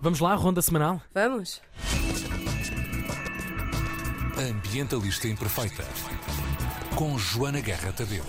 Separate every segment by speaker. Speaker 1: Vamos lá, ronda semanal.
Speaker 2: Vamos?
Speaker 3: Ambientalista Imperfeita. Com Joana Guerra Tadeu.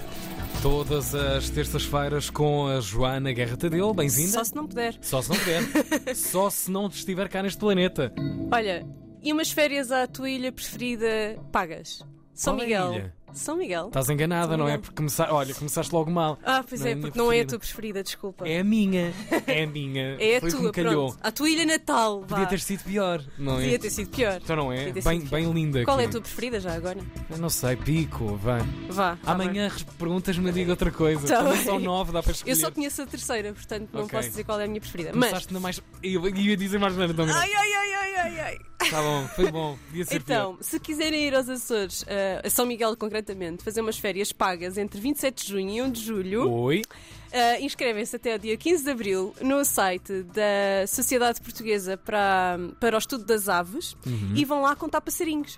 Speaker 1: Todas as terças-feiras com a Joana Guerra Tadeu. Bem-vinda.
Speaker 2: Só se não puder.
Speaker 1: Só se não puder. Só se não estiver cá neste planeta.
Speaker 2: Olha, e umas férias à tua ilha preferida pagas? São
Speaker 1: Qual é a
Speaker 2: Miguel.
Speaker 1: ilha?
Speaker 2: São Miguel.
Speaker 1: Estás enganada, não é? Porque começa... Olha, começaste logo mal.
Speaker 2: Ah, pois
Speaker 1: Não é
Speaker 2: é,
Speaker 1: a minha
Speaker 2: porque não é a
Speaker 1: preferida.
Speaker 2: tua preferida, desculpa.
Speaker 1: É a minha. É a minha.
Speaker 2: É a
Speaker 1: Foi o que
Speaker 2: tua,
Speaker 1: me calhou.
Speaker 2: pronto. A tua ilha natal, vá.
Speaker 1: Podia ter sido pior, não é?
Speaker 2: Podia ter sido pior.
Speaker 1: Então não é?
Speaker 2: Podia ter
Speaker 1: Bem,
Speaker 2: sido
Speaker 1: bem
Speaker 2: pior.
Speaker 1: linda.
Speaker 2: Qual é a
Speaker 1: aqui.
Speaker 2: tua preferida já agora?
Speaker 1: Eu não sei, pico, vai.
Speaker 2: Vá. vá bem.
Speaker 1: Amanhã res- perguntas-me e digo outra coisa.
Speaker 2: Tá
Speaker 1: Também
Speaker 2: bem.
Speaker 1: são nove, dá para escolher.
Speaker 2: Eu só conheço a terceira, portanto não
Speaker 1: Ok.
Speaker 2: posso dizer qual é a minha preferida. Mas.
Speaker 1: Começaste na mais. Eu eu ia dizer mais nada tão grande.
Speaker 2: Ai, ai, ai, ai, ai, ai.
Speaker 1: Tá bom, foi bom. Podia ser pior.
Speaker 2: Então, se quiserem ir aos Açores, eh, a São Miguel concretamente, fazer umas férias pagas entre 27 de junho e 1 de julho,
Speaker 1: Oi.
Speaker 2: eh, inscrevem-se até o dia 15 de abril no site da Sociedade Portuguesa para, para o Estudo das Aves
Speaker 1: Uhum.
Speaker 2: e vão lá contar passarinhos.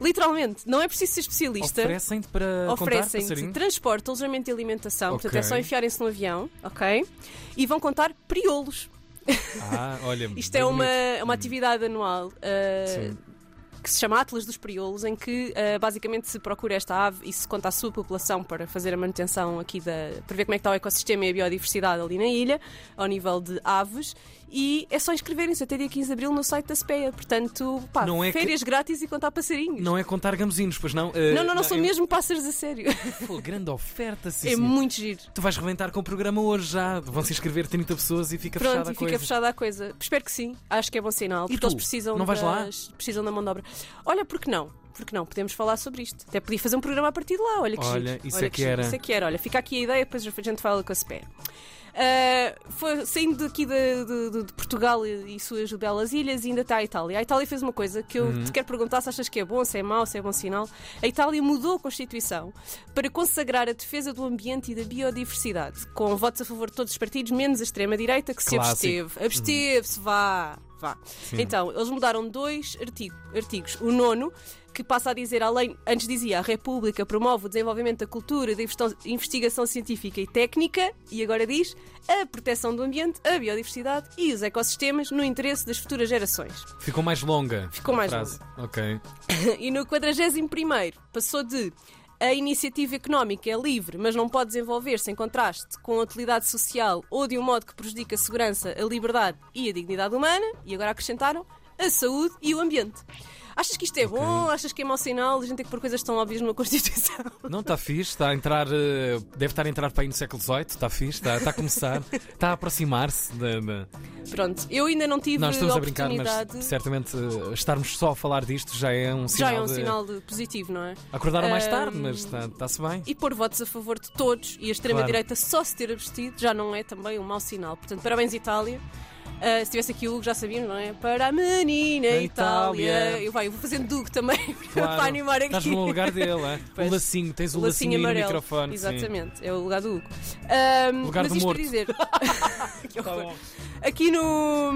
Speaker 2: Literalmente, não é preciso ser especialista.
Speaker 1: Oferecem-te para contar
Speaker 2: Oferecem-te
Speaker 1: passarinho?
Speaker 2: transporte, alojamento e alimentação, portanto é
Speaker 1: Ok.
Speaker 2: só enfiarem-se no avião, ok? E vão contar priolos.
Speaker 1: Ah, olha.
Speaker 2: Isto
Speaker 1: bem
Speaker 2: é uma,
Speaker 1: bonito.
Speaker 2: é uma atividade anual eh,
Speaker 1: Sim.
Speaker 2: que se chama Atlas dos Priolos, em que eh, basicamente se procura esta ave e se conta a sua população para fazer a manutenção aqui da. para ver como é que está o ecossistema e a biodiversidade ali na ilha, ao nível de aves. E é só inscreverem-se até dia 15 de abril no site da SPEA. Portanto, pá,
Speaker 1: Não é que-
Speaker 2: férias grátis e contar passarinhos.
Speaker 1: Não é contar gamozinhos, pois não?
Speaker 2: não, não, não, são
Speaker 1: é...
Speaker 2: mesmo pássaros a sério.
Speaker 1: Pô, grande oferta, sim.
Speaker 2: é
Speaker 1: senhor.
Speaker 2: muito giro.
Speaker 1: Tu vais reventar com o programa hoje já. Vão se inscrever 30 pessoas e fica
Speaker 2: Pronto,
Speaker 1: fechada
Speaker 2: e
Speaker 1: a
Speaker 2: fica
Speaker 1: coisa.
Speaker 2: fechada a coisa. Espero que sim. Acho que é bom sinal.
Speaker 1: E
Speaker 2: Porque
Speaker 1: tu?
Speaker 2: eles precisam,
Speaker 1: Não vais lá?
Speaker 2: das- precisam da mão de obra. Olha, porque não? Porque não? Podemos falar sobre isto. Até podia fazer um programa a partir de lá. Olha que
Speaker 1: Olha,
Speaker 2: giro.
Speaker 1: isso
Speaker 2: Olha
Speaker 1: é que
Speaker 2: giro.
Speaker 1: era.
Speaker 2: Isso é que era. Olha, fica aqui a ideia, depois a gente fala com a SPE. Ah, foi, saindo daqui de, de- de- de Portugal e, e suas belas ilhas, ainda está a Itália. A Itália fez uma coisa que eu te quero perguntar se achas que é bom, se é mau, se é bom sinal. A Itália mudou a Constituição para consagrar a defesa do ambiente e da biodiversidade, com votos a favor de todos os partidos, menos a extrema-direita, que se
Speaker 1: Clássico.
Speaker 2: absteve. Absteve-se, vá! Vá. Então, eles mudaram dois artigo- artigos. O nono, que passa a dizer, além, antes dizia, a República promove o desenvolvimento da cultura, da investão- investigação científica e técnica, e agora diz a proteção do ambiente, a biodiversidade e os ecossistemas no interesse das futuras gerações.
Speaker 1: Ficou mais longa.
Speaker 2: Ficou mais
Speaker 1: a frase. Ok.
Speaker 2: E no 41 passou de a iniciativa económica é livre, mas não pode desenvolver-se em contraste com a utilidade social ou de um modo que prejudica a segurança, a liberdade e a dignidade humana, e agora acrescentaram a saúde e o ambiente. Achas que isto é bom? Achas que é mau sinal? A gente tem que pôr coisas tão óbvias numa Constituição.
Speaker 1: Não, está fixe, está a entrar. eh, Deve estar a entrar para aí no século XVIII, está fixe, está, está a começar, está a aproximar-se da. da-
Speaker 2: Pronto, eu ainda não tive
Speaker 1: Nós estamos
Speaker 2: a
Speaker 1: a brincar,
Speaker 2: oportunidade.
Speaker 1: mas certamente eh, estarmos só a falar disto já é um sinal.
Speaker 2: Já é um
Speaker 1: de-
Speaker 2: sinal de positivo, não é?
Speaker 1: Acordaram mais
Speaker 2: Ahm,
Speaker 1: tarde, mas está- está-se bem.
Speaker 2: E pôr votos a favor de todos e a extrema-direita só se ter abstido já não é também um mau sinal. Portanto, parabéns, Itália. Ah, se tivesse aqui o Hugo, já sabíamos, não é? Para a menina
Speaker 1: A
Speaker 2: Itália.
Speaker 1: Itália.
Speaker 2: Eu, vai, eu vou fazendo Duque também para animar aqui.
Speaker 1: Estás no lugar dele, é?
Speaker 2: Pois.
Speaker 1: o lacinho, tens o,
Speaker 2: O lacinho
Speaker 1: aí
Speaker 2: amarelo.
Speaker 1: no microfone. sim.
Speaker 2: Exatamente, é o lugar do Hugo. Ahm,
Speaker 1: Lugar
Speaker 2: mas
Speaker 1: do
Speaker 2: isto
Speaker 1: morto.
Speaker 2: para dizer. Que
Speaker 1: Tá
Speaker 2: horror.
Speaker 1: bom.
Speaker 2: Aqui, no,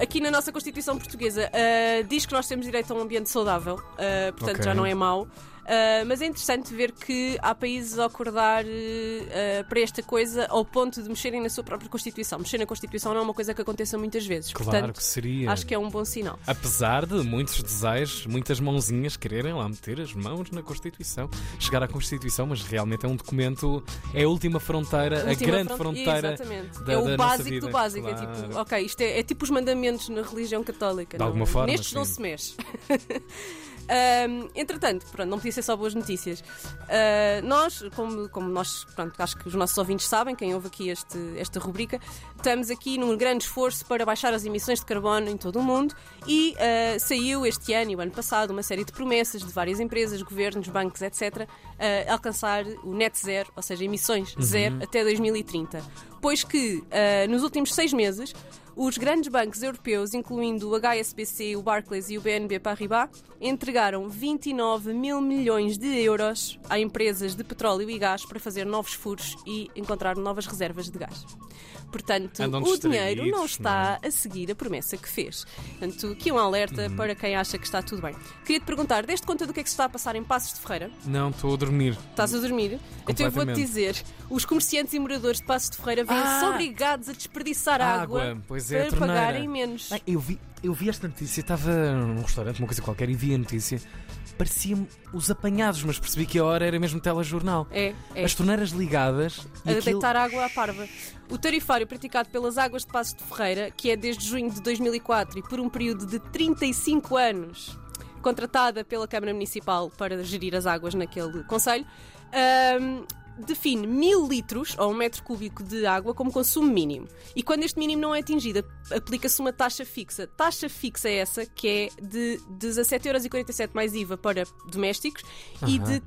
Speaker 2: aqui na nossa Constituição Portuguesa ah, diz que nós temos direito a um ambiente saudável, ah, portanto
Speaker 1: Ok.
Speaker 2: já não é mau. Ah, mas é interessante ver que há países a acordar ah, para esta coisa ao ponto de mexerem na sua própria Constituição. Mexer na Constituição não é uma coisa que aconteça muitas vezes,
Speaker 1: Claro
Speaker 2: portanto
Speaker 1: que seria.
Speaker 2: acho que é um bom sinal.
Speaker 1: Apesar de muitos desejos, muitas mãozinhas quererem lá meter as mãos na Constituição, chegar à Constituição, mas realmente é um documento, é a última fronteira, a
Speaker 2: Última
Speaker 1: grande
Speaker 2: fron-
Speaker 1: fronteira
Speaker 2: Exatamente.
Speaker 1: da,
Speaker 2: é
Speaker 1: da
Speaker 2: o
Speaker 1: nossa
Speaker 2: básico
Speaker 1: vida.
Speaker 2: do básico.
Speaker 1: Claro.
Speaker 2: É tipo, ok, isto é, é tipo os mandamentos na religião católica.
Speaker 1: De
Speaker 2: não- é?
Speaker 1: alguma forma,
Speaker 2: Nestes não
Speaker 1: sim.
Speaker 2: se mexe. Ahm, entretanto, pronto, não podia ser só boas notícias. Ah, nós, como, como nós, pronto, acho que os nossos ouvintes sabem, quem ouve aqui este, esta rubrica, estamos aqui num grande esforço para baixar as emissões de carbono em todo o mundo e ah, saiu este ano e o ano passado uma série de promessas de várias empresas, governos, bancos, etc., a alcançar o net zero, ou seja, emissões zero até 2030. Pois que ah, nos últimos seis meses os grandes bancos europeus, incluindo o HSBC, o Barclays e o BNB Paribas, entregaram 29 mil milhões de euros a empresas de petróleo e gás para fazer novos furos e encontrar novas reservas de gás. Portanto,
Speaker 1: Andam
Speaker 2: o
Speaker 1: distraídos,
Speaker 2: dinheiro não está
Speaker 1: não é? Uhum.
Speaker 2: a seguir a promessa que fez. Portanto, aqui um alerta para quem acha que está tudo bem. Queria te perguntar, deste conta do que é que se está a passar em Passos de Ferreira?
Speaker 1: Não, estou a dormir.
Speaker 2: Estás a dormir? Então eu vou-te
Speaker 1: Completamente.
Speaker 2: dizer: os comerciantes e moradores de Passos de Ferreira vêm-se
Speaker 1: Ah!
Speaker 2: obrigados a desperdiçar
Speaker 1: Água,
Speaker 2: água,
Speaker 1: pois é, a
Speaker 2: para
Speaker 1: torneira.
Speaker 2: pagarem menos.
Speaker 1: Bem, eu vi, eu vi esta notícia, estava num restaurante, uma coisa qualquer, e vi a notícia. Parecia-me os apanhados, mas percebi que a hora era mesmo telejornal.
Speaker 2: É, é.
Speaker 1: As torneiras ligadas
Speaker 2: a
Speaker 1: e aquilo...
Speaker 2: deitar água à parva. O tarifário praticado pelas Águas de Passos de Ferreira, que é desde junho de 2004 e por um período de 35 anos, contratada pela Câmara Municipal para gerir as águas naquele conselho, ahm, define mil litros ou um metro cúbico de água como consumo mínimo. E quando este mínimo não é atingido, aplica-se uma taxa fixa. Taxa fixa é essa que é de 17,47€ mais IVA para domésticos e
Speaker 1: Aham.
Speaker 2: de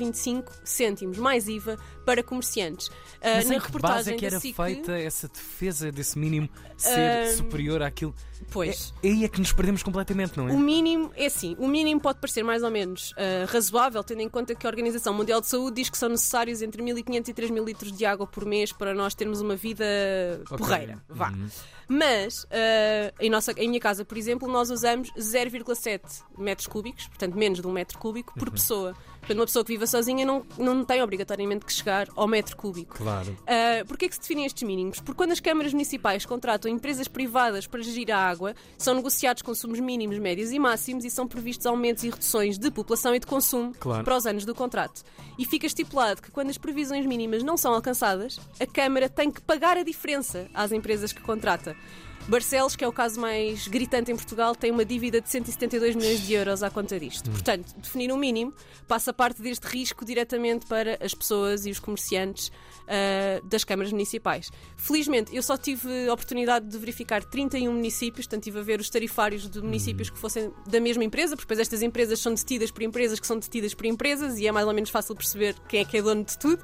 Speaker 2: 37,25€ mais IVA para comerciantes. Ah,
Speaker 1: Mas
Speaker 2: na
Speaker 1: em que base é
Speaker 2: reportagem
Speaker 1: que era
Speaker 2: da SIC,
Speaker 1: feita essa defesa desse mínimo ser
Speaker 2: Ahm,
Speaker 1: superior àquilo?
Speaker 2: Pois.
Speaker 1: É, aí é que nos perdemos completamente, não é?
Speaker 2: O mínimo é assim, o mínimo pode parecer mais ou menos ah, razoável, tendo em conta que a Organização Mundial de Saúde diz que são necessários entre 1.500 e 3.000 litros de água por mês para nós termos uma vida
Speaker 1: Ok.
Speaker 2: porreira. Vá.
Speaker 1: Uhum.
Speaker 2: Mas ah, em, nossa, em minha casa, por exemplo, nós usamos 0,7 metros cúbicos, portanto menos de um metro cúbico
Speaker 1: Uhum.
Speaker 2: por pessoa. Portanto, uma pessoa que viva sozinha não, não tem obrigatoriamente que chegar ao metro cúbico.
Speaker 1: Claro.
Speaker 2: Uh, Porquê é que se definem estes mínimos? Porque quando as câmaras municipais contratam empresas privadas para gerir a água, são negociados consumos mínimos, médios e máximos e são previstos aumentos e reduções de população e de consumo
Speaker 1: Claro.
Speaker 2: para os anos do contrato. E fica estipulado que quando as previsões mínimas não são alcançadas, a Câmara tem que pagar a diferença às empresas que contrata. Barcelos, que é o caso mais gritante em Portugal, tem uma dívida de 172 milhões de euros à conta disto. Portanto, definir um mínimo passa parte deste risco diretamente para as pessoas e os comerciantes ah, das câmaras municipais. Felizmente, eu só tive a oportunidade de verificar 31 municípios, portanto, estive a ver os tarifários de municípios que fossem da mesma empresa, porque depois estas empresas são detidas por empresas que são detidas por empresas e é mais ou menos fácil perceber quem é que é dono de tudo.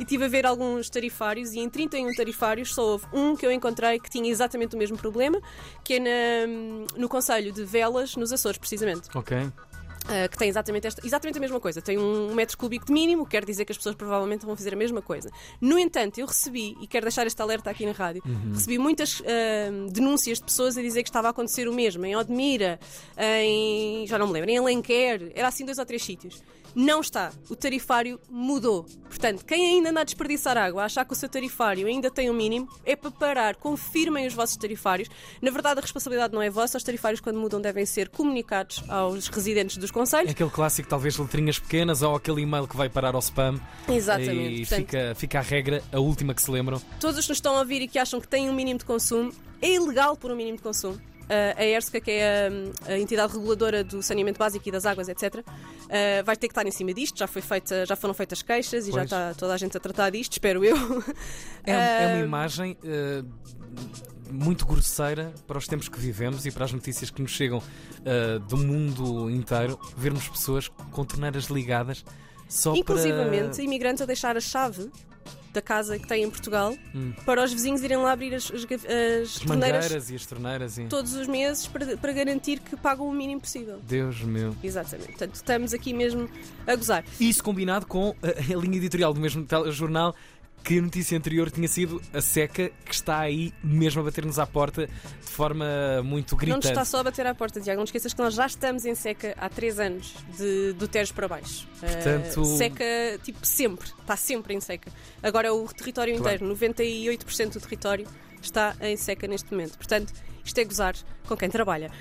Speaker 2: E estive a ver alguns tarifários e em 31 tarifários só houve um que eu encontrei que tinha exatamente o mesmo problema, que é na- no Conselho de Velas, nos Açores, precisamente.
Speaker 1: Ok.
Speaker 2: Uh, que tem exatamente, esta, exatamente a mesma coisa. Tem um metro cúbico de mínimo, quer dizer que as pessoas provavelmente vão fazer a mesma coisa. No entanto, eu recebi, e quero deixar este alerta aqui na rádio, recebi muitas uh, denúncias de pessoas a dizer que estava a acontecer o mesmo em Odmira, em. já não me lembro, em Alenquer, era assim dois ou três sítios. Não está. O tarifário mudou. Portanto, quem ainda anda a desperdiçar água, a achar que o seu tarifário ainda tem o mínimo, é para parar. Confirmem os vossos tarifários. Na verdade, a responsabilidade não é vossa. Os tarifários, quando mudam, devem ser comunicados aos residentes dos
Speaker 1: É
Speaker 2: conselhos.
Speaker 1: Aquele clássico, talvez letrinhas pequenas ou aquele e-mail que vai parar ao spam.
Speaker 2: Exatamente.
Speaker 1: E
Speaker 2: Portanto,
Speaker 1: fica, fica a regra, a última que se lembram.
Speaker 2: todos os que nos estão a ouvir e que acham que têm um mínimo de consumo, é ilegal por um mínimo de consumo. Ah, a ERSCA, que é a, a entidade reguladora do saneamento básico e das águas, etc., ah, vai ter que estar em cima disto. Já, foi feita, já foram feitas queixas e já
Speaker 1: Pois.
Speaker 2: está toda a gente a tratar disto, espero eu.
Speaker 1: É, é uma
Speaker 2: Ah,
Speaker 1: imagem eh, muito grosseira para os tempos que vivemos e para as notícias que nos chegam eh, do mundo inteiro. Vermos pessoas com torneiras ligadas só
Speaker 2: Inclusivamente, imigrantes a deixar a chave da casa que têm em Portugal para os vizinhos irem lá abrir as, as gav- as
Speaker 1: para as
Speaker 2: torneiras
Speaker 1: mangueiras e as hum, torneiras. E...
Speaker 2: todos os meses para, para garantir que pagam o mínimo possível.
Speaker 1: Deus meu.
Speaker 2: Exatamente. Portanto, estamos aqui mesmo a gozar.
Speaker 1: Isso combinado com eh, a, a linha editorial do mesmo telejornal que a notícia anterior tinha sido a seca que está aí mesmo a bater-nos à porta de forma muito
Speaker 2: Não nos
Speaker 1: gritante.
Speaker 2: está só a bater à porta, Tiago. Não esqueças que nós já estamos em seca há três anos, de, do Tejo para baixo.
Speaker 1: Portanto-
Speaker 2: Ah, seca, tipo, sempre. Está sempre em seca. Agora o território
Speaker 1: Claro.
Speaker 2: inteiro, 98% do território está em seca neste momento. Portanto, isto é gozar com quem trabalha.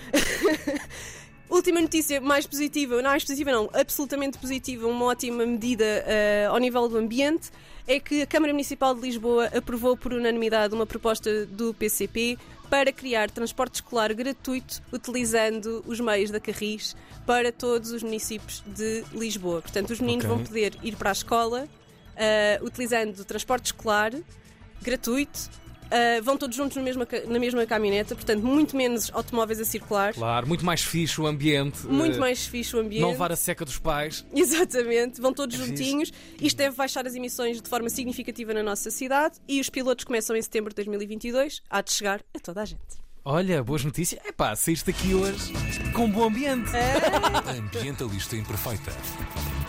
Speaker 2: Última notícia mais positiva, não mais positiva não, absolutamente positiva, uma ótima medida eh, ao nível do ambiente, é que a Câmara Municipal de Lisboa aprovou por unanimidade uma proposta do PCP para criar transporte escolar gratuito utilizando os meios da Carris para todos os municípios de Lisboa. Portanto, os meninos
Speaker 1: Ok.
Speaker 2: vão poder ir para a escola eh, utilizando o transporte escolar gratuito. eh, vão todos juntos no mesma ca- na mesma caminhoneta, portanto, muito menos automóveis a circular.
Speaker 1: Claro, muito mais fixe o ambiente.
Speaker 2: Muito
Speaker 1: eh,
Speaker 2: mais fixe o ambiente.
Speaker 1: Não levar a seca dos pais.
Speaker 2: Exatamente, vão todos
Speaker 1: É fixe.
Speaker 2: juntinhos. Isto deve baixar as emissões de forma significativa na nossa cidade e os pilotos começam em setembro de 2022. Há de chegar a toda a gente.
Speaker 1: Olha, boas notícias. É pá, saíste aqui hoje com bom ambiente.
Speaker 3: Ambientalista Imperfeita.